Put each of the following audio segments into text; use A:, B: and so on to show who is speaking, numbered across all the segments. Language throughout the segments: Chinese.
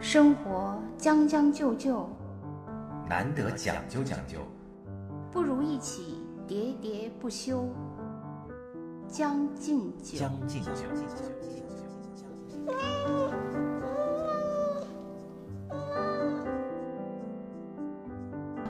A: 生活将将就就，
B: 难得讲究讲究，
A: 不如一起喋喋不休。将进酒，
B: 将进酒。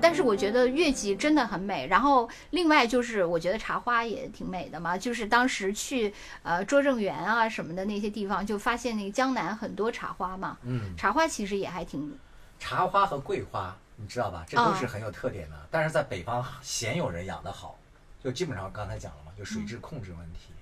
C: 但是我觉得月季真的很美。然后另外就是，我觉得茶花也挺美的嘛。就是当时去呃拙政园啊什么的那些地方，就发现那个江南很多茶花嘛。
D: 嗯，
C: 茶花其实也还挺
D: 茶花和桂花，你知道吧？这都
C: 啊
D: 是很有特点的，但是在北方鲜有人养得好，就基本上刚才讲了嘛，就水质控制问题。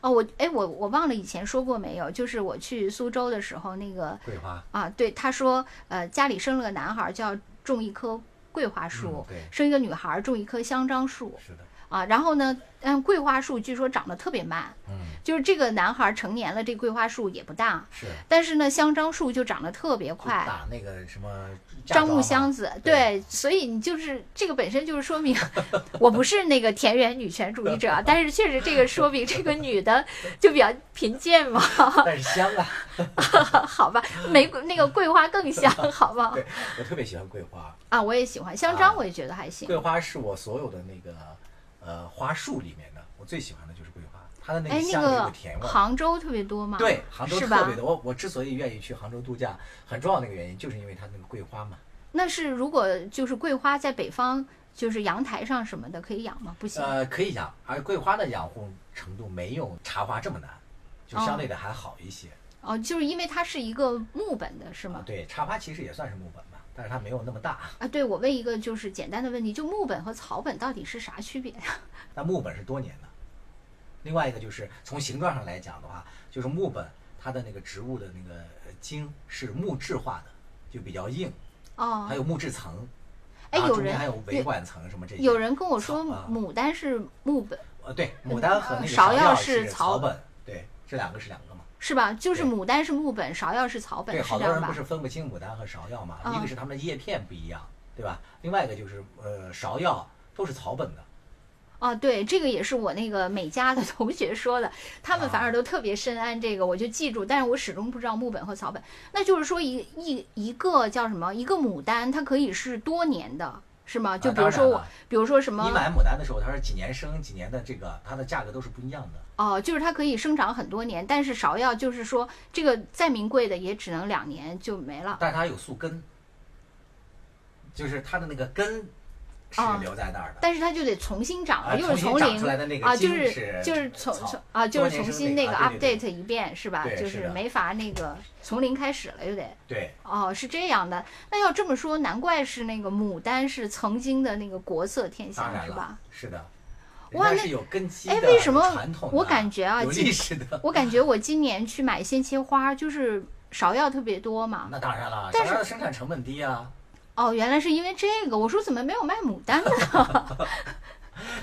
C: 哦，我哎我我忘了以前说过没有，就是我去苏州的时候那个
D: 桂花，
C: 啊，对他说呃家里生了个男孩儿，就要种一棵桂花树
D: 嗯，对
C: 生一个女孩儿种一棵香樟树
D: 是的，
C: 啊。然后呢，嗯，桂花树据说长得特别慢，
D: 嗯，
C: 就是这个男孩儿成年了，这桂花树也不大，
D: 是。
C: 但是呢，香樟树就长得特别
D: 就
C: 快。
D: 打那个什么嫁
C: 樟
D: 妆
C: 木
D: 嘛
C: 箱子，
D: 对
C: 对，所以你就是这个本身就是说明， 我不是那个田园女权主义者，但是确实这个说明这个女的就比较贫贱嘛，
D: 但是香啊！
C: 好吧，玫瑰那个桂花更香，好不好？
D: 对，我特别喜欢桂花，
C: 啊，我也喜欢香樟，我也觉得还行。
D: 桂花是我所有的那个呃花束里面的，我最喜欢的就是桂花，它的那
C: 哎
D: 个，
C: 那
D: 香有
C: 个
D: 个甜味儿。
C: 杭州特别多嘛，
D: 对，杭州
C: 是
D: 特
C: 吧
D: 别？多。我我之所以愿意去杭州度假，很重要的一个原因就是因为它那个桂花嘛。
C: 那是如果就是桂花在北方，就是阳台上什么的可以养吗？不行，
D: 呃，可以养，而桂花的养护程度没有茶花这么难，就相对的还好一些。
C: 哦，就是因为它是一个木本的，是
D: 啊
C: 吗？
D: 对，茶花其实也算是木本吧，但是它没有那么大。
C: 啊，对，我问一个就是简单的问题，就木本和草本到底是啥区别？
D: 那木本是多年的。另外一个就是从形状上来讲的话，就是木本它的那个植物的那个呃茎是木质化的，就比较硬，
C: 哦
D: 还，有木质层，
C: 哎
D: 然后
C: 有
D: 中间
C: 人
D: 还有维管层什么这些。
C: 有人跟我说
D: 草啊
C: 牡丹是木本，
D: 呃对，牡丹和那个
C: 嗯芍药
D: 药
C: 是
D: 草
C: 草
D: 本，对，这两个是两个嘛。
C: 是吧？就是
D: 对
C: 牡丹是木本，芍药是草本，
D: 对，
C: 是
D: 好
C: 这样
D: 多人不
C: 吧
D: 是？分不清牡丹和芍药嘛，
C: 嗯
D: 一个是它们的叶片不一样，对吧？另外一个就是呃芍药都是草本的，
C: 哦，对，这个也是我那个美加 的同学说的，他们反
D: 啊
C: 而都特别深谙这个，我就记住，但是我始终不知道木本和草本。那就是说一一一个叫什么，一个牡丹，它可以是多年的，是吗？就比如说我，
D: 啊
C: 比如说什
D: 当然了
C: 么，
D: 你买牡丹的时候，它是几年生几年的这个，它的价格都是不一样的。
C: 哦，就是它可以生长很多年，但是芍药就是说这个再名贵的也只能两年就没了。
D: 但是它有宿根，就是它的那个根是
C: 啊
D: 留在那儿的。
C: 但是它就得重新长
D: 啊
C: 了，又是
D: 重新长
C: 零
D: 出来的那个
C: 啊，就
D: 茎
C: 是
D: 是
C: 就是从
D: 草
C: 从啊，就
D: 多
C: 是
D: 年
C: 重
D: 生
C: 新
D: 那
C: 那
D: 个
C: 个
D: 啊对对
C: update 一遍是吧
D: 对？
C: 就是是
D: 的
C: 没法那个从零开始了，又得。
D: 对，
C: 哦，是这样的。那要这么说，难怪是那个牡丹是曾经的那个国色天
D: 当
C: 香，
D: 然
C: 是
D: 了
C: 吧？，
D: 是的。
C: 哇
D: 人家
C: 那
D: 是有根基
C: 哎
D: 的，
C: 为什么
D: 有传统的
C: 我感觉啊
D: 哦有
C: 今
D: 历史的。
C: 我感觉我今年去买鲜切花，就是芍药特别多嘛。
D: 那当然了，
C: 但是
D: 小孩的生产成本低啊。
C: 哦，原来是因为这个。我说怎么没有卖牡丹呢？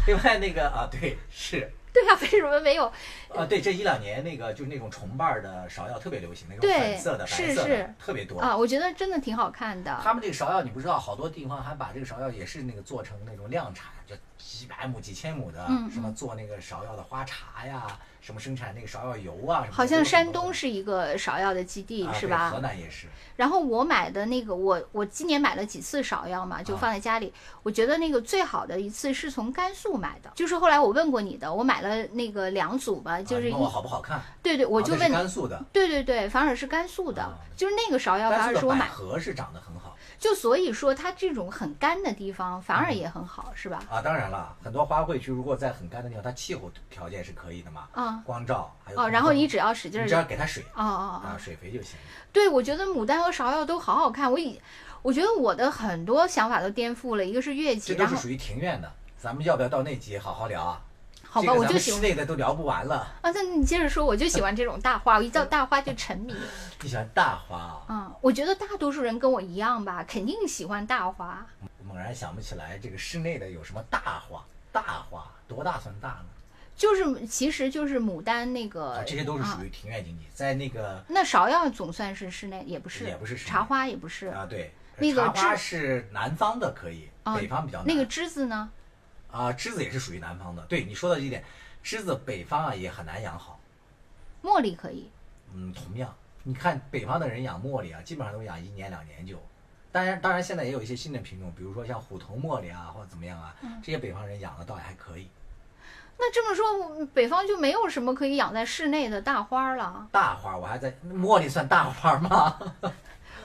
D: 另外那个啊，对，是
C: 对啊，为什么没有？
D: 啊，对，这一两年那个就是那种重瓣儿的芍药特别流行，那种
C: 对
D: 粉色的、白
C: 是
D: 色的
C: 是
D: 特别多。
C: 啊，我觉得真的挺好看的。
D: 他们这个芍药你不知道，好多地方还把这个芍药也是那个做成那种量产，就几百亩、几千亩的，
C: 嗯
D: 什么做那个芍药的花茶呀，什么生产那个芍药油啊，什么
C: 好像山东
D: 是
C: 是一个芍药的基地，
D: 啊、
C: 是
D: 对
C: 吧？
D: 河南也是，
C: 然后我买的那个，我我今年买了几次芍药嘛，
D: 啊
C: 就放在家里。我觉得那个最好的一次是从甘肃买的，就是后来我问过你的，我买了那个两组吧，就
D: 啊
C: 是
D: 你
C: 一、
D: 问我好不好看？
C: 对对，我
D: 啊
C: 就
D: 那是
C: 问你，
D: 甘肃的，
C: 对对对，反而是甘肃的，
D: 啊
C: 就是那个芍药，反
D: 甘
C: 而
D: 肃
C: 是
D: 的
C: 我
D: 百
C: 买，
D: 合是长得很好
C: 就所以说它这种很干的地方反而也很好，是吧？
D: 啊。当然了，很多花卉区如果在很干的地方，它气候条件是可以的嘛，
C: 啊、
D: 光照还有
C: 哦，
D: 通
C: 然后
D: 风
C: 你只要使劲儿
D: 你只要给它水
C: 哦哦
D: 啊，
C: 哦，
D: 水肥就行。
C: 对，我觉得牡丹和芍药都好好看，我以。我觉得我的很多想法都颠覆了，一个是乐器，
D: 这都
C: 然
D: 是
C: 后
D: 属于庭院的，咱们要不要到那集好好聊啊？
C: 好
D: 这
C: 吧，
D: 个
C: 我
D: 咱
C: 就
D: 们
C: 喜欢
D: 室内的都聊不完了。
C: 啊，那你接着说，我就喜欢这种大花，我一叫大花就沉迷。
D: 你喜欢大花啊？
C: 嗯，我觉得大多数人跟我一样吧，肯定喜欢大花。
D: 我猛然想不起来这个室内的有什么大花，大花多大算大呢？
C: 就是，其实就是牡丹那
D: 啊
C: 个，，
D: 这些都是属
C: 啊、
D: 于庭院经济，在那个
C: 那芍药总算是室内，也不是，
D: 也不是室内
C: 茶花也不是。
D: 啊，对，
C: 那个
D: 茶花
C: 栀
D: 是南方的可以，
C: 啊
D: 北方比较难。
C: 那个栀子呢？
D: 啊，栀子也是属于南方的。对你说的这一点，栀子北方啊也很难养好。
C: 茉莉可以。
D: 嗯，同样，你看北方的人养茉莉啊，基本上都养一年两年就。当然，当然现在也有一些新的品种，比如说像虎头茉莉啊，或者怎么样啊，
C: 嗯
D: 这些北方人养的倒也还可以。
C: 那这么说，北方就没有什么可以养在室内的大花儿了。
D: 大花我还在，茉莉算大花吗？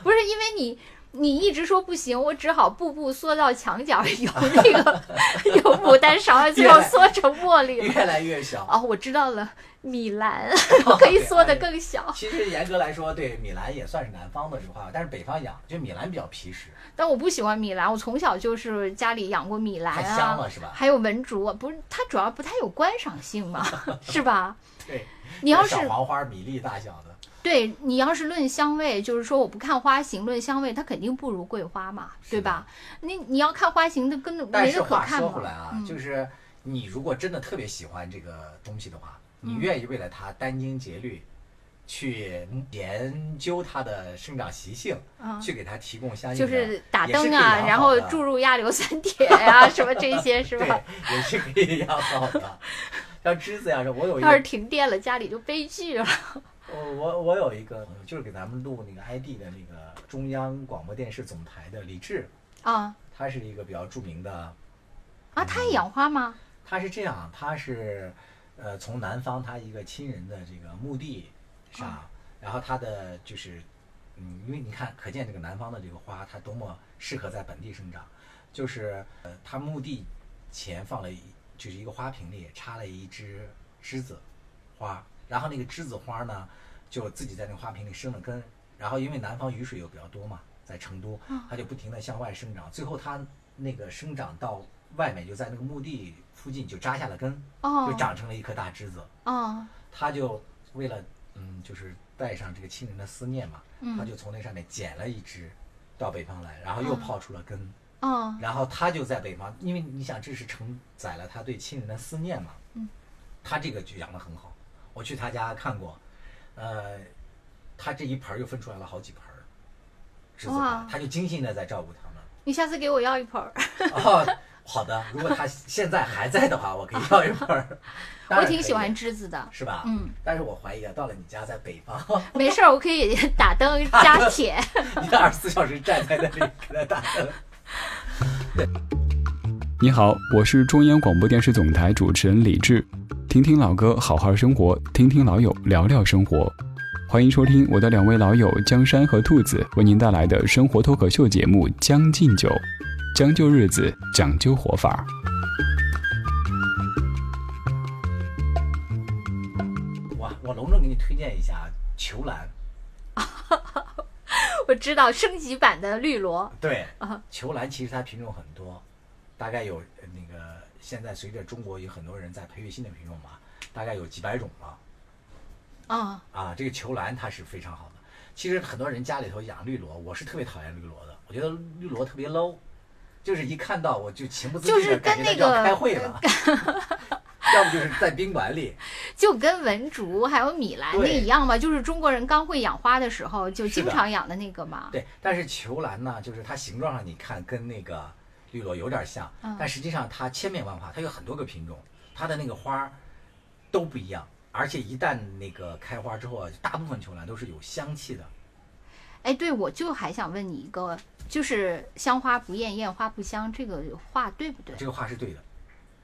C: 不是因为你你一直说不行，我只好步步缩到墙角， 有那个有牡丹勺，最后缩成茉莉了。
D: 越来越小。
C: 哦，我知道了，米 兰可以缩得更小，
D: 其实严格来说，对米兰也算是南方的这个花，但是北方养，就米兰比较皮实，
C: 但我不喜欢米兰，我从小就是家里养过米兰
D: 太香
C: 啊，
D: 了是吧？
C: 还有文竹，不是它主要不太有观赏性 嘛，是吧？
D: 对，
C: 你要是
D: 小黄花米粒大小的，
C: 对你要是论香味，就是说我不看花型，论香味，它肯定不如桂花嘛，
D: 是的
C: 对吧？你你要看花型的，根本
D: 但
C: 没
D: 是
C: 得可
D: 话
C: 看
D: 说
C: 嘛
D: 回来。啊，
C: 嗯
D: 就是你如果真的特别喜欢这个东西的话，
C: 嗯
D: 你愿意为了它殚精竭虑，去研究它的生长习性，
C: 嗯
D: 去给它提供相应
C: 就
D: 的，
C: 是打
D: 也
C: 灯
D: 可以
C: 啊，
D: 养
C: 然
D: 好
C: 后
D: 的
C: 注入亚硫酸铁呀、什么这些是
D: 对
C: 吧？，
D: 也是可以养好 的。像栀子呀，是我有一
C: 要是
D: 个，
C: 停电了，家里就悲剧了。
D: 我我我有一个朋友，就是给咱们录那个 ID 的那个中央广播电视总台的李志，
C: 啊
D: 他是一个比较著名的，
C: 啊，他也养花吗？
D: 他是这样，啊他是呃从南方他一个亲人的这个墓地上，然后他的就是嗯，因为你看，可见这个南方的这个花，它多么适合在本地生长，就是呃，他墓地前放了一就是一个花瓶里插了一只栀子花，然后那个栀子花呢，就自己在那个花瓶里生了根，然后因为南方雨水又比较多嘛，在成都，
C: 嗯
D: 它就不停的向外生长，最后它那个生长到外面，就在那个墓地附近就扎下了根，就
C: 哦
D: 长成了一棵大栀子。
C: 哦，
D: 他就为了嗯，就是带上这个亲人的思念嘛，
C: 嗯
D: 他就从那上面捡了一只到北方来，然后又泡出了根，
C: 哦
D: 然后他就在北方，因为你想这是承载了他对亲人的思念嘛，
C: 嗯，
D: 他这个就养得很好，我去他家看过，呃，他这一盆儿又分出来了好几盆儿栀子花
C: 哇，
D: 他就精心的在照顾他们。
C: 你下次给我要一盆儿，
D: 哦，好的， 如果他现在还在的话，我可以要一盆儿，当
C: 我
D: 然
C: 挺
D: 可
C: 喜
D: 以
C: 欢栀子的。
D: 是吧？
C: 嗯，
D: 但是我怀疑啊，到了你家在北方，
C: 没事儿，我可以打灯加铁。
D: 你得二十四小时站在那里给他打灯。
E: 你好，我是中央广播电视总台主持人李志，听听老歌，好好生活，听听老友，聊聊生活。欢迎收听我的两位老友江山和兔子为您带来的生活脱口秀节目《将进酒》，将就日子，讲究活法。
D: 我我隆重给你推荐一下球兰，
C: 我知道升级版的绿萝，
D: 对
C: 啊，
D: 球兰其实它品种很多，大概有呃那个现在随着中国有很多人在培育新的品种嘛，大概有几百种了
C: 啊
D: 啊。这个球兰它是非常好的。其实很多人家里头养绿萝，我是特别讨厌绿萝的，我觉得绿萝特别 low，就是一看到我就情不自
C: 就
D: 禁
C: 是
D: 的感觉
C: 跟
D: 到
C: 那
D: 要
C: 个
D: 开会 了，要不就是在宾馆里，
C: 就跟文竹还有米兰那
D: 对
C: 一样嘛，就是中国人刚会养花的时候就是经
D: 的
C: 常养的那个嘛。
D: 对，但是球兰呢，就是它形状上你看跟那个绿萝有点像，
C: 嗯
D: 但实际上它千变万化，它有很多个品种，它的那个花儿都不一样，而且一旦那个开花之后啊，大部分球兰都是有香气的。
C: 哎，对，我就还想问你一个，就是香花不艳，艳花不香，这个话对不对？
D: 这个话是对的，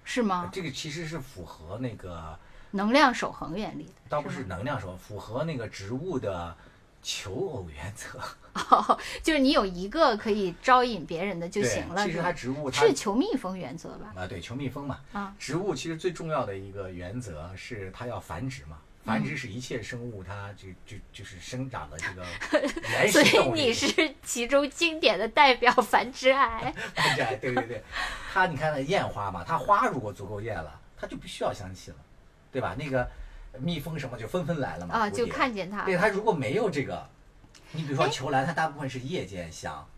C: 是吗？
D: 这个其实是符合那个，
C: 能量守恒原理的，
D: 倒不
C: 是
D: 是
C: 吗
D: 能量说，符合那个植物的求偶原则
C: 哦就是你有一个可以招引别人的就
D: 对
C: 行了。
D: 其实
C: 是吧
D: 它植物它
C: 是求蜜蜂原则吧？
D: 啊，对，球蜜蜂嘛。
C: 啊
D: 植物其实最重要的一个原则啊是它要繁殖嘛，
C: 嗯
D: 繁殖是一切生物它就就就是生长的这 个 原
C: 所
D: 始
C: 以
D: 动力。
C: 你是其中经典的代表繁殖 癌。
D: 繁殖癌， 对对对。它你看那艳花嘛，它花如果足够艳了，它就不需要香气了，对吧？那个蜜蜂什么就纷纷来了嘛。
C: 啊，
D: 嗯蝴
C: 就
D: 蝶
C: 看见它
D: 对它如果没有这个，你比如说
C: 哎
D: 球兰，它大部分是夜间香，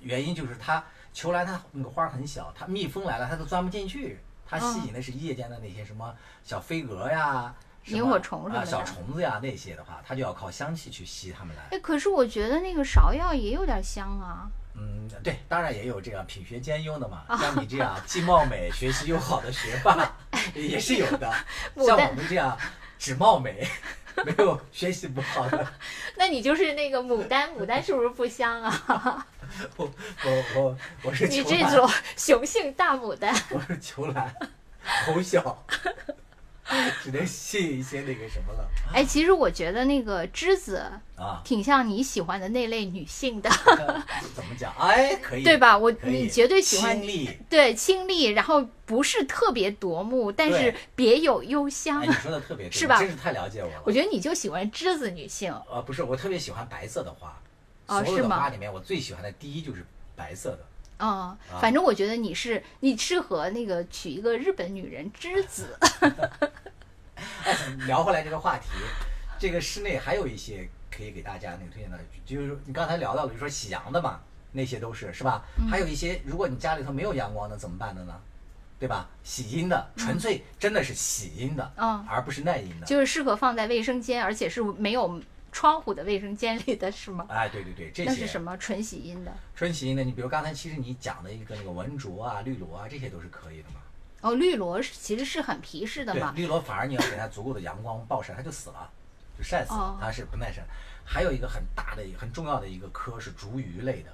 D: 原因就是它球兰它那个花儿很小，它蜜蜂来了它都钻不进去，它吸
C: 嗯
D: 引的是夜间的那些什么小飞蛾呀、什么
C: 萤火虫什么
D: 啊、
C: 的
D: 小虫子呀那些的话，它就要靠香气去吸它们来。
C: 哎，可是我觉得那个芍药也有点香啊。
D: 嗯，对，当然也有这样品学兼优的嘛，
C: 哦
D: 像你这样既貌美、学 习又好的学霸也是有的，
C: 牡
D: 像
C: 丹
D: 我们这样只貌美 没有学习不好的，
C: 那你就是那个牡丹，牡丹是不是不香啊？
D: 我我我我是
C: 你
D: 球
C: 这
D: 懒，
C: 种雄性大牡丹，
D: 我是球懒，头小， 只能吸引一些那个什么了
C: 哎，其实我觉得那个栀子
D: 啊？
C: 挺像你喜欢的那类女性的，
D: 怎么讲？哎，可以，
C: 对？吧？我
D: 可以
C: 你绝对喜欢
D: 亲历。
C: 对清丽，然后不是特别夺目，但是
D: 对
C: 别有幽香
D: 哎，你。说的特别对，
C: 是吧
D: 你真是太了解我了。
C: 我觉得你就喜欢栀子女性，
D: 呃，不是，我特别喜欢白色的花，
C: 哦
D: 所
C: 是
D: 有的
C: 吗
D: 花里面，我最喜欢的第一就是白色的。
C: 嗯
D: 啊，
C: 反正我觉得你是你适合那个娶一个日本女人栀子，
D: 聊回来这个话题，这个室内还有一些可以给大家那个推荐的，就是你刚才聊到了，就说喜阳的嘛，那些都是是吧？
C: 嗯
D: 还有一些，如果你家里头没有阳光的怎么办的呢？对吧？喜阴的，纯粹真的是喜阴的，
C: 嗯
D: 而不是耐阴的。
C: 就是适合放在卫生间，而且是没有窗户的卫生间里的是吗？
D: 哎，对对对，这
C: 那
D: 些
C: 是什么纯洗阴的？
D: 春喜阴的，你比如刚才其实你讲的一个那个文竹啊、绿萝啊，这些都是可以的嘛。
C: 哦，绿萝是其实是很皮实的
D: 对
C: 嘛，，
D: 绿萝反而你要给它足够的阳光暴晒，它就死了，就晒死了
C: 哦，
D: 它是不耐晒。还有一个很大的、很重要的一个科是竹鱼类的，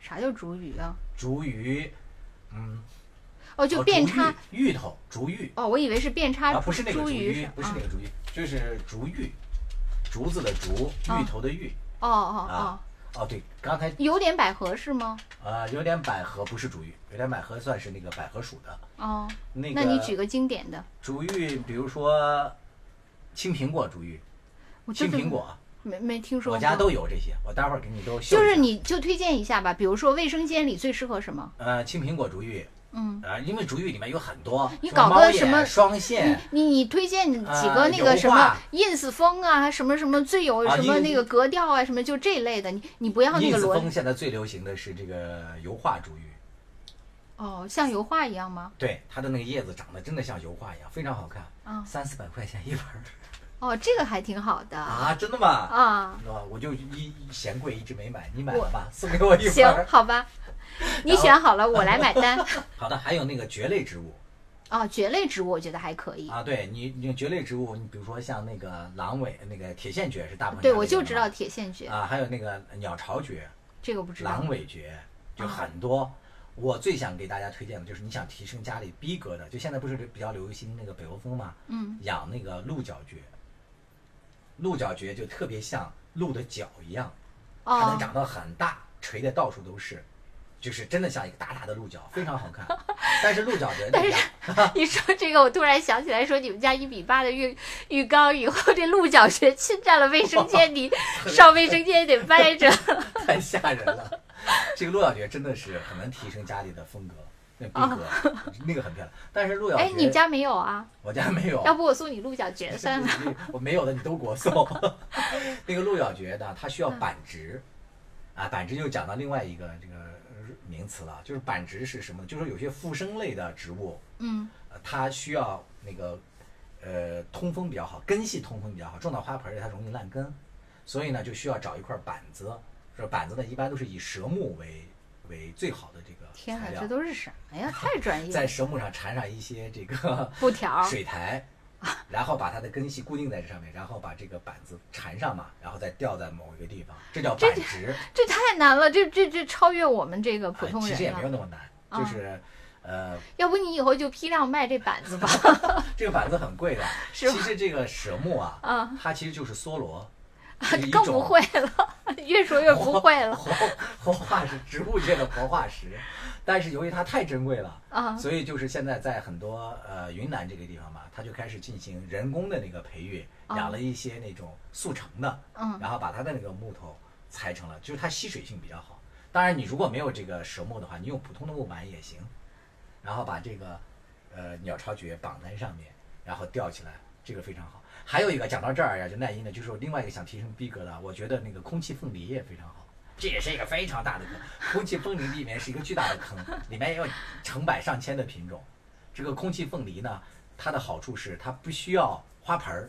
C: 啥叫竹芋啊？
D: 竹鱼，嗯，
C: 哦，就
D: 哦
C: 变
D: 竹
C: 叉。
D: 芋芋头，竹芋
C: 哦，我以为是变叉
D: 啊，
C: 茱
D: 不是那个
C: 茱
D: 竹
C: 萸
D: 芋
C: 是，
D: 不是
C: 啊
D: 那个竹芋，就是竹芋，竹子的竹，
C: 啊
D: 芋头的芋
C: 哦哦哦
D: 啊，。哦，对，刚才
C: 有点百合是吗？
D: 呃有点百合不是竹芋，有点百合算是那个百合属的
C: 哦，
D: 那
C: 那你举
D: 个
C: 个经典的，
D: 竹芋，比如说青苹果竹芋，
C: 我
D: 青
C: 真的
D: 苹果，
C: 没没听说过。
D: 我家都有这些，我待会儿给你都秀一下。
C: 就是你就推荐一下吧，比如说卫生间里最适合什么？
D: 呃，青苹果竹芋，
C: 嗯，
D: 呃，因为竹芋里面有很多，
C: 你
D: 什么
C: 搞个
D: 猫眼
C: 什么
D: 双线
C: 你你推荐几个
D: 呃
C: 那个什么
D: 油画
C: ins 风啊，什么什么最有
D: 啊
C: 什么
D: ，ins
C: 那个格调啊，什么就这一类的，你你不要那个
D: ，ins
C: 罗
D: 风现在最流行的是这个油画竹芋，
C: 哦，像油画一样吗？
D: 对，它的那个叶子长得真的像油画一样，非常好看，
C: 啊
D: 三四百块钱一盆儿
C: 哦，这个还挺好的
D: 啊，真的吗？
C: 啊，
D: 啊，我就一一嫌贵，一直没买，你买
C: 我
D: 了吧，送给我一盆
C: 行
D: 儿。
C: 好 吧，你选好了，我来买单。
D: 好的，还有那个蕨类植物
C: 哦，蕨类植物我觉得还可以，
D: 啊，对你，你蕨类植物，你比如说像那个狼尾、那个铁线蕨是大部分
C: 对
D: 家里
C: 我
D: 有
C: 就
D: 的
C: 知道
D: 嘛
C: 铁线蕨，
D: 啊，还有那个鸟巢蕨，
C: 这个不知道
D: 狼。尾蕨，就很多。我最想给大家推荐的就是你想提升家里逼格的，就现在不是比较流行那个北欧风嘛，
C: 嗯，
D: 养那个鹿角蕨。鹿角蕨就特别像鹿的角一样，它能
C: 哦，
D: 长到很大，垂的到处都是，就是真的像一个大大的鹿角，非常好看。但是鹿角蕨那
C: 但
D: 个
C: 是哦 一说这个，我突然想起来，说你们家一米八的浴浴缸以后，这鹿角蕨侵占了卫生 间，你上卫生间也得掰着。
D: 太吓人了， 这个鹿角蕨真的是很能提升家里的风格，那逼格，那个很漂亮。但是鹿角蕨，
C: 哦哎，你们家没有啊？
D: 我家没有，
C: 要不我送你鹿角 蕨算了。
D: 你我没有的你都给我送。 那个鹿角蕨呢，它需要
C: 嗯
D: 板植，啊，板植就讲到另外一个这个名词了，就是板植是什么？就是有些附生类的植物，
C: 嗯，
D: 呃它需要那个呃通风比较好，根系通风比较好，种到花盆里它容易烂根，所以呢就需要找一块板子。这板子呢一般都是以蛇木为为最好的这个
C: 天哪
D: 材，料
C: 这，都是啥 呀？太专业
D: 在
C: 了。
D: 蛇木上缠上一些这个
C: 布条
D: 水苔，然后把它的根系固定在这上面，然后把这个板子缠上嘛，然后再吊在某一个地方，这叫板植。
C: 这太难了，这这这超越我们这个 普
D: 啊
C: 通
D: 其实也
C: 人啊
D: 没有
C: 了。
D: 那么难，就是，呃，
C: 要不你以后就批量卖这 板子吧？
D: 这个板子很贵的。
C: 是吗
D: 其实这个蛇木啊，
C: 啊
D: 它其实就是梭罗，就是一
C: 更
D: 种
C: 不会了， 越说越不会了
D: 活活化石，植物界的活化石。 但是由于它太珍贵了。
C: 啊！
D: 所以就是现在在很多呃云南这个地方嘛，它就开始进行人工的那个培育，
C: 哦
D: 养了一些那种速成的，
C: 嗯
D: 然后把它的那个木头裁成了，就是它吸水性比较好。当然，你如果没有这个蛇木的话，你用普通的木板也行，然后把这个呃鸟巢蕨绑在上面，然后吊起来，这个非常好。还有一个讲到这儿啊呀，就耐阴的，就是我另外一个想提升逼格的，啊我觉得那个空气凤梨也非常好。这也是一个非常大的坑，空气凤梨里面是一个巨大的坑，里面也有成百上千的品种。这个空气凤梨呢，它的好处是它不需要花盆儿，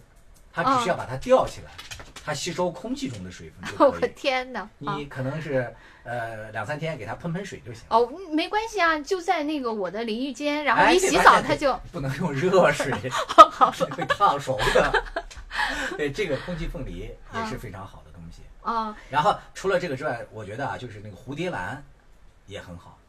D: 它只需要把它吊起来，它吸收空气中的水分就
C: 我
D: 可以。
C: 天哪！啊
D: 你可能是呃两三天给它喷喷水就行。
C: 哦，没关系啊，就在那个我的淋浴间，然后
D: 哎
C: 一
D: 这
C: 洗
D: 玩意
C: 澡
D: 儿
C: 它就
D: 不能用热水，会烫手的。对，这个空气凤梨也是非常好的东西。
C: 啊、
D: 然后除了这个之外，我觉得啊，就是那个蝴蝶兰也很好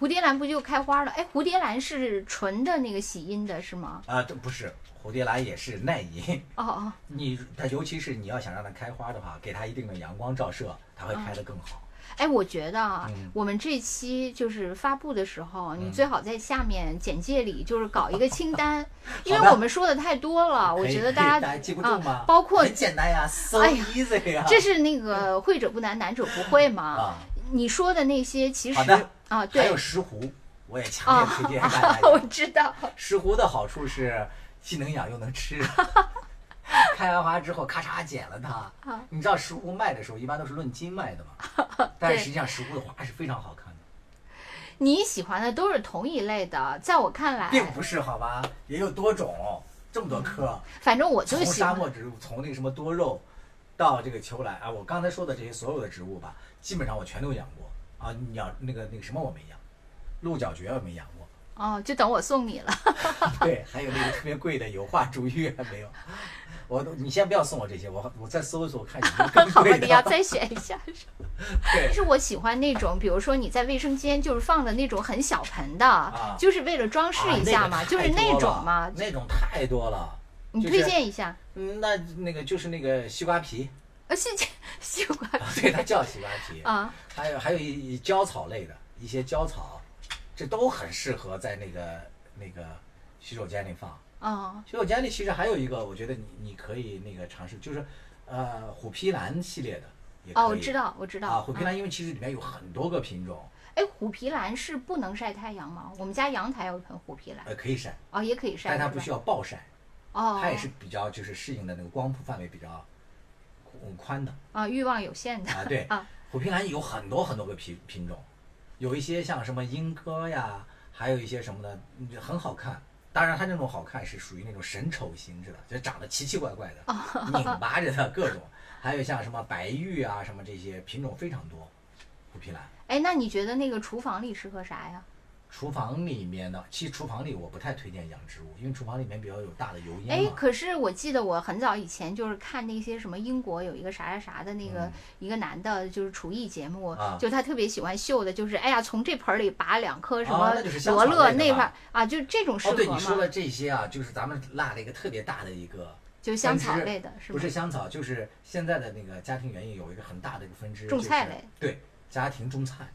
C: 蝴蝶兰不就开花了？哎，蝴蝶兰是纯的那个喜阴的是吗？
D: 啊，这不是蝴蝶兰也是耐阴。
C: 哦哦，
D: 你它尤其是你要想让它开花的话，给它一定的阳光照射，它会开得更好。
C: 哎，我觉得啊，
D: 嗯
C: 我们这期就是发布的时候，你最好在下面简介里就是搞一个清 单，因为我们说的太多了，啊我
D: 可以
C: 觉得
D: 可以
C: 大
D: 大家
C: 家
D: 记不住
C: 啊
D: 吗，
C: 包括
D: 很简单呀，so
C: 哎呀
D: easy 呀。
C: 这是那个会者不难，难者不会嘛
D: 啊。
C: 你说的那些其实
D: 好的
C: 啊，
D: 还
C: 对
D: 有，石斛，我也强烈
C: 啊
D: 推荐大家
C: 我
D: 用。
C: 知道，
D: 石斛的好处是既能养又能吃。 开完花之后，咔嚓剪了它。你知道石斛卖的时候一般都是论斤卖的嘛？但是实际上石斛的花是非常好看 的，
C: 你喜欢的都是同一类的，在我看来，
D: 并不是好吧？也有多种，这么多科，
C: 反正我就
D: 从
C: 嗯喜
D: 沙
C: 欢
D: 漠植物，从那个什么多肉，到这个球兰啊，我刚才说的这些所有的植物吧，基本上我全都养过啊。鸟那个那个什么我没养，鹿角蕨我没养过。
C: 哦，就等我送你了。
D: 对，还有那个特别贵的油画竹芋还没有。我都，你先不要送我这些，我我再搜一搜看有没有更
C: 好吧，
D: 贵
C: 你要
D: 的。
C: 再选一下。但
D: 对，
C: 是我喜欢那种，比如说你在卫生间就是放的那种很小盆的，
D: 啊
C: 就是为了装饰一下嘛，
D: 啊那个
C: 就是
D: 太
C: 那
D: 多
C: 种
D: 了
C: 嘛。
D: 那种太多了。
C: 你
D: 就是
C: 推荐一下？
D: 嗯，那那个就是那个西瓜皮，
C: 呃，谢谢西瓜
D: 对，它叫西瓜皮。
C: 啊，
D: 还有还有一一胶草类的一些胶草，这都很适合在那个那个洗手间里放。
C: 哦，
D: 洗手间里其实还有一个，我觉得你你可以那个尝试，就是呃虎皮兰系列的也可以。
C: 哦，我知道，我知道。
D: 啊，虎
C: 嗯
D: 皮兰因为其实里面有很多个品种，
C: 哎，虎皮兰是不能晒太阳吗？我们家阳台有一盆虎皮兰，
D: 呃，可以晒，
C: 哦，也可以晒，
D: 但它
C: 是
D: 不
C: 吧
D: 需要暴晒，
C: 哦，
D: 它也是比较就是适应的那个光谱范围比较嗯 宽的
C: 啊，欲望有限的
D: 啊。对
C: 啊，
D: 虎皮兰有很多很多个品品种，有一些像什么莺歌呀，还有一些什么的，嗯很好看。当然，它那种好看是属于那种神丑型似的，就长得奇奇怪怪 的，拧巴着的各种。还有像什么白玉啊，什么这些品种非常多。虎皮兰，
C: 哎，那你觉得那个厨房里适合啥呀？
D: 厨房里面呢，其实厨房里我不太推荐养植物，因为厨房里面比较有大的油烟嘛。
C: 哎，可是我记得我很早以前就是看那些什么英国有一个啥啥啥的那个、一个男的，就是厨艺节目，
D: 嗯啊
C: 就他特别喜欢秀的，就是哎呀，从这盆儿里拔两颗什么
D: 啊那就是香
C: 罗
D: 草
C: 勒
D: 类
C: 那
D: 的吧
C: 块儿啊，就这种适
D: 哦，对，
C: 合
D: 你说
C: 吗？
D: 的这些啊，就是咱们落了一个特别大的一个，
C: 就香草
D: 但是
C: 类的是
D: 不
C: 吗？
D: 是香草，就是现在的那个家庭园艺有一个很大的一个分支，
C: 种菜
D: 就是
C: 类
D: 对，家庭种菜，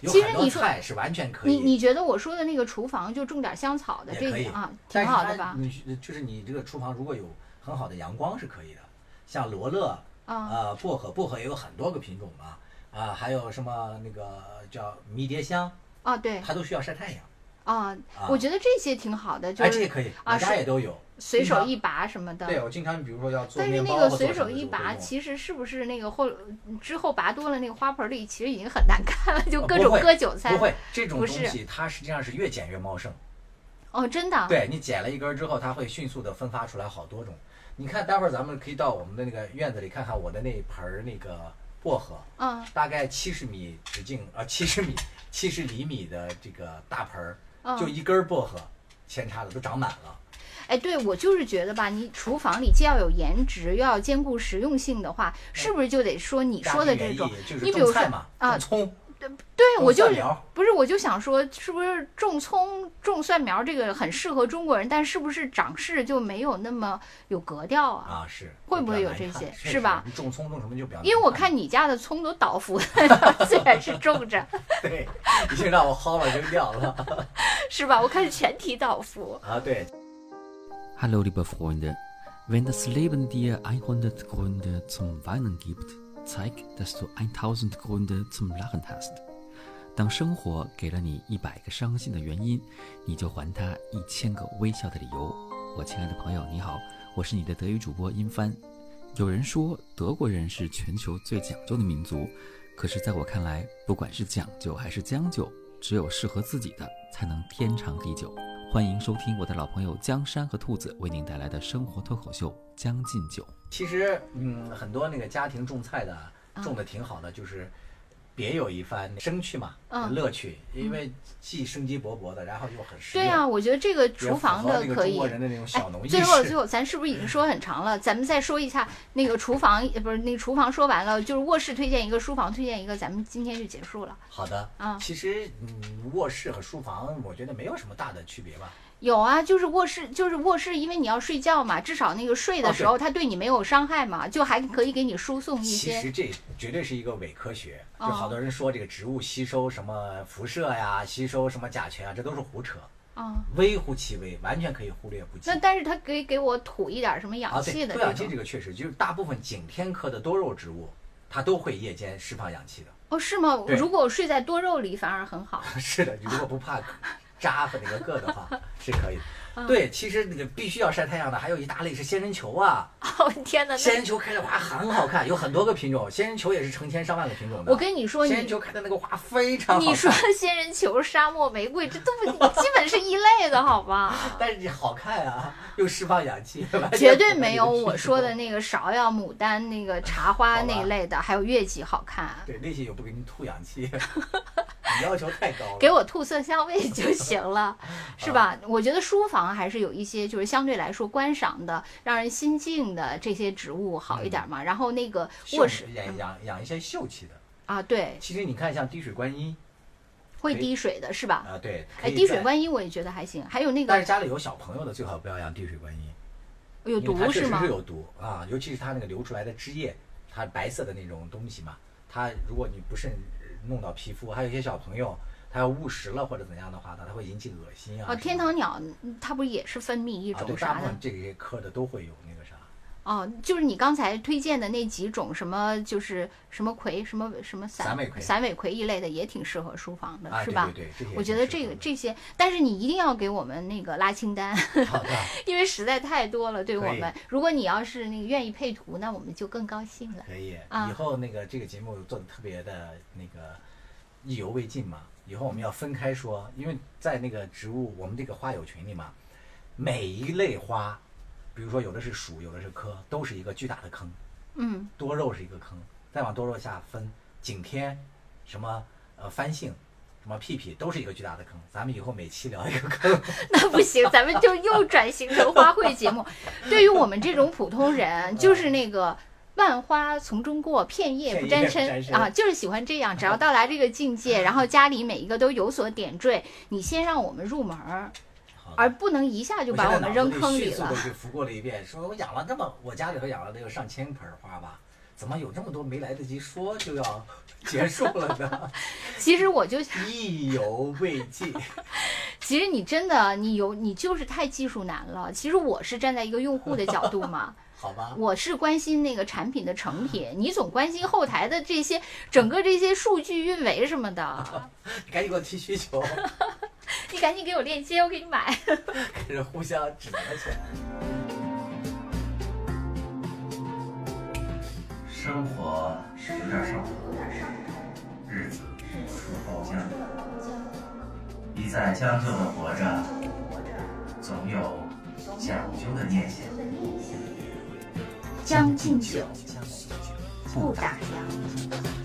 D: 有
C: 其实
D: 很多
C: 你说
D: 菜是完全可以，
C: 你你觉得我说的那个厨房就种点香草的
D: 也
C: 这
D: 可以
C: 种啊，挺
D: 但是
C: 好
D: 它
C: 的吧？
D: 你就是你这个厨房如果有很好的阳光是可以的，像罗勒，
C: 啊
D: 呃，薄荷，薄荷也有很多个品种嘛，啊，还有什么那个叫迷迭香，
C: 啊对
D: 它都需要晒太阳，
C: 啊
D: 啊，
C: 我觉得这些挺好的，
D: 哎，
C: 就
D: 这也
C: 是
D: 可以，
C: 啊
D: 我家
C: 是
D: 也都有，
C: 随
D: 经
C: 手
D: 常
C: 一拔什么的。
D: 对，我经常比如说要做
C: 但是
D: 面
C: 那
D: 包
C: 个
D: 或
C: 随
D: 做什
C: 手
D: 么的
C: 一
D: 时候会
C: 拔，
D: 用
C: 其实是不是那个后之后拔多了那个花盆里，其实已经很难看了，就
D: 呃
C: 各
D: 不
C: 种
D: 会
C: 割韭菜。
D: 不会，这种
C: 不
D: 东
C: 是
D: 西它实际上是越剪越茂盛。
C: 哦，真的啊。
D: 对你剪了一根儿之后，它会迅速的分发出来好多种。你看，待会儿咱们可以到我们的那个院子里看看我的那一盆儿那个薄荷，
C: 嗯
D: 大概七十米直径啊，七、十米、七十厘米的这个大盆儿，就
C: 嗯，
D: 一根儿薄荷扦插的都长满了。
C: 哎，对我就是觉得吧，你厨房里既要有颜值，又要兼顾实用性的话，是不是就得说你
D: 家
C: 说的
D: 庭
C: 这
D: 园
C: 种
D: 艺？就
C: 你
D: 是
C: 比如
D: 种
C: 说
D: 菜嘛，
C: 啊
D: 种葱，
C: 对我
D: 种
C: 就
D: 蒜
C: 是
D: 苗儿
C: 不是我就想说，是不是种葱、种蒜苗这个很适合中国人，但是不是长势就没有那么有格调啊？
D: 啊，是
C: 会
D: 就
C: 不
D: 比
C: 会
D: 较
C: 有
D: 难
C: 这
D: 看
C: 些
D: 确
C: 是
D: 实
C: 吧
D: 你种葱种什么就比较
C: 因为
D: 难
C: 我看你家的葱都倒伏在那儿， 虽然是种着，
D: 对，已经让我薅了扔掉了
C: 是吧？我看全体倒伏。
D: 啊，对，
F: Hallo liebe Freunde, wenn das Leben dir 100 Gründe zum Weinen gibt, zeig, dass du 1000 Gründe zum Lachen hast. 当生活给了你一百个伤心的原因，你就还他一千个微笑的理由。我亲爱的朋友，你好，我是你的德语主播殷帆。有人说德国人是全球最讲究的民族，可是在我看来，不管是讲究还是将就，只有适合自己的才能天长地久。欢迎收听我的老朋友江山和兔子为您带来的生活脱口秀《将进酒》。
C: 嗯
D: 其实，嗯，很多那个家庭种菜的种的挺好的，就是别有一番生趣嘛，
C: 嗯
D: 乐趣，因为既生机勃勃的，然后又很实
C: 对
D: 用，
C: 啊，我觉得这个
D: 也
C: 厨房
D: 符合
C: 的
D: 那个
C: 可
D: 中
C: 以哎
D: 国。人的那种小农意识。
C: 最后，最后，咱是不是已经说很长了？咱们再说一下那个厨房，呃不是那个厨房说完了，就是卧室推荐一个，书房推荐一个，咱们今天就结束了。
D: 好的，
C: 啊
D: 其实嗯，卧室和书房，我觉得没有什么大的区别吧。
C: 有啊，就是卧室，就是卧室，因为你要睡觉嘛，至少那个睡的
D: 哦
C: 时候，它对你没有伤害嘛，就还可以给你输送一
D: 其
C: 些。
D: 实这绝对是一个伪科学，就
C: 哦
D: 好多人说这个植物吸收什么辐射呀，吸收什么甲醛啊，这都是胡扯，
C: 啊、
D: 微乎其微，完全可以忽略不计
C: 那。但是它可以给我吐一点什么
D: 啊，
C: 氧气
D: 对，
C: 的
D: 不氧气
C: 种。
D: 这个确实就是大部分景天科的多肉植物，它都会夜间释放氧气的。
C: 哦，是吗？
D: 对
C: 如果我睡在多肉里反而很好。
D: 是的，你如果不怕扎和那个硌的话，是可以
C: 嗯
D: 的。对，其实那个必须要晒太阳的，还有一大类是仙人球啊，
C: 哦天哪！
D: 仙
C: 那
D: 人球开的花很好看，有很多个品种，仙人球也是成千上万个品种的。啊
C: 我跟你说，你
D: 仙人球开的那个花非常好看，
C: 你说仙人球、沙漠玫瑰，这都不基本是一类的，好 吧？
D: 但是你好看啊，又释放氧气，完全
C: 绝
D: 符
C: 对
D: 合
C: 没
D: 你
C: 有
D: 需
C: 我
D: 求
C: 说的。那个芍药、牡丹、那个茶花
D: 好吧
C: 那一类的，还有月季好看。
D: 对，那些又不给你吐氧 气，你要求太高了。
C: 给我吐色香味就行 了，是吧？我觉得书房还是有一些就是相对来说观赏的、让人心静的这些植物好一
D: 嗯
C: 点嘛。然后那个
D: 秀
C: 卧室
D: 养养养一些秀气的。
C: 啊，对，
D: 其实你看，像滴水观音
C: 会
D: 对
C: 滴水的是吧？
D: 啊，对，可
C: 哎，
D: 以
C: 滴水
D: 在。
C: 观音我也觉得还行，还有那
D: 但
C: 个
D: 是家里有小朋友的，最好不要养滴水观音，
C: 有
D: 因为它
C: 毒
D: 确
C: 是
D: 实
C: 吗哦
D: 是？有毒啊，尤其是它那个流出来的汁液，它白色的那种东西嘛，它如果你不慎呃弄到皮肤，还有一些小朋友他要误食了或者怎样的话呢，它会引起恶心啊什
C: 哦，
D: 么的。
C: 天堂鸟嗯它不是也是分泌一
D: 啊，对，
C: 种
D: 大
C: 啥
D: 部
C: 的
D: 分？这些科的都会有那个啥。
C: 哦，就是你刚才推荐的那几种什么，就是什么葵、什么什么
D: 散尾葵
C: 散尾葵一类的，也挺适合书房的，
D: 啊，
C: 是
D: 对
C: 吧？
D: 对对，这些
C: 我觉
D: 也
C: 得
D: 挺
C: 这个
D: 适
C: 这些，但是你一定要给我们那个拉清 单，
D: 合的好的，
C: 因为实在太多了。对我
D: 可以
C: 们，如果你要是那个愿意配图，那我们就更高兴了。
D: 可以
C: 啊。
D: 以后那个这个节目做的特别的那个意犹未尽嘛，以后我们要分开说，因为在那个植物我们这个花友群里嘛，每一类花，比如说有的是属，有的是科，都是一个巨大的坑，
C: 嗯，
D: 多肉是一个坑，再往多肉下分，景天，什么呃番杏。什么屁屁都是一个巨大的坑，咱们以后每期聊一个坑，
C: 那不行，咱们就又转型成花卉节目。对于我们这种普通人，就是那个。万花丛中过，片叶不沾
D: 片叶不
C: 身
D: 沾身
C: 啊，就是喜欢这样。只要到达这个境界，然后家里每一个都有所点缀，你先让我们入门儿，
D: 好的
C: 而不能一下就
D: 我
C: 把
D: 现
C: 我
D: 在
C: 们
D: 脑
C: 扔
D: 子
C: 坑里
D: 迅速
C: 了
D: 的。就拂过了一遍，说我养了这么，我家里头养了得有上千盆花吧，怎么有这么多没来得及说就要结束了呢？
C: 其实我就
D: 意犹未尽。
C: 其实你真的，你有你就是太技术难了。其实我是站在一个用户的角度嘛，
D: 好吧，
C: 我是关心那个产品的成品，你总关心后台的这些整个这些数据运维什么的。
D: 你赶紧给我提需求，
C: 你赶紧给我链接，我给你买。
D: 开始互相指责起来。
B: 生活有点上头，日子出头僵，一再将就的活着，总有讲究的念想。
A: 将进酒，
D: 相信
A: 不打烊。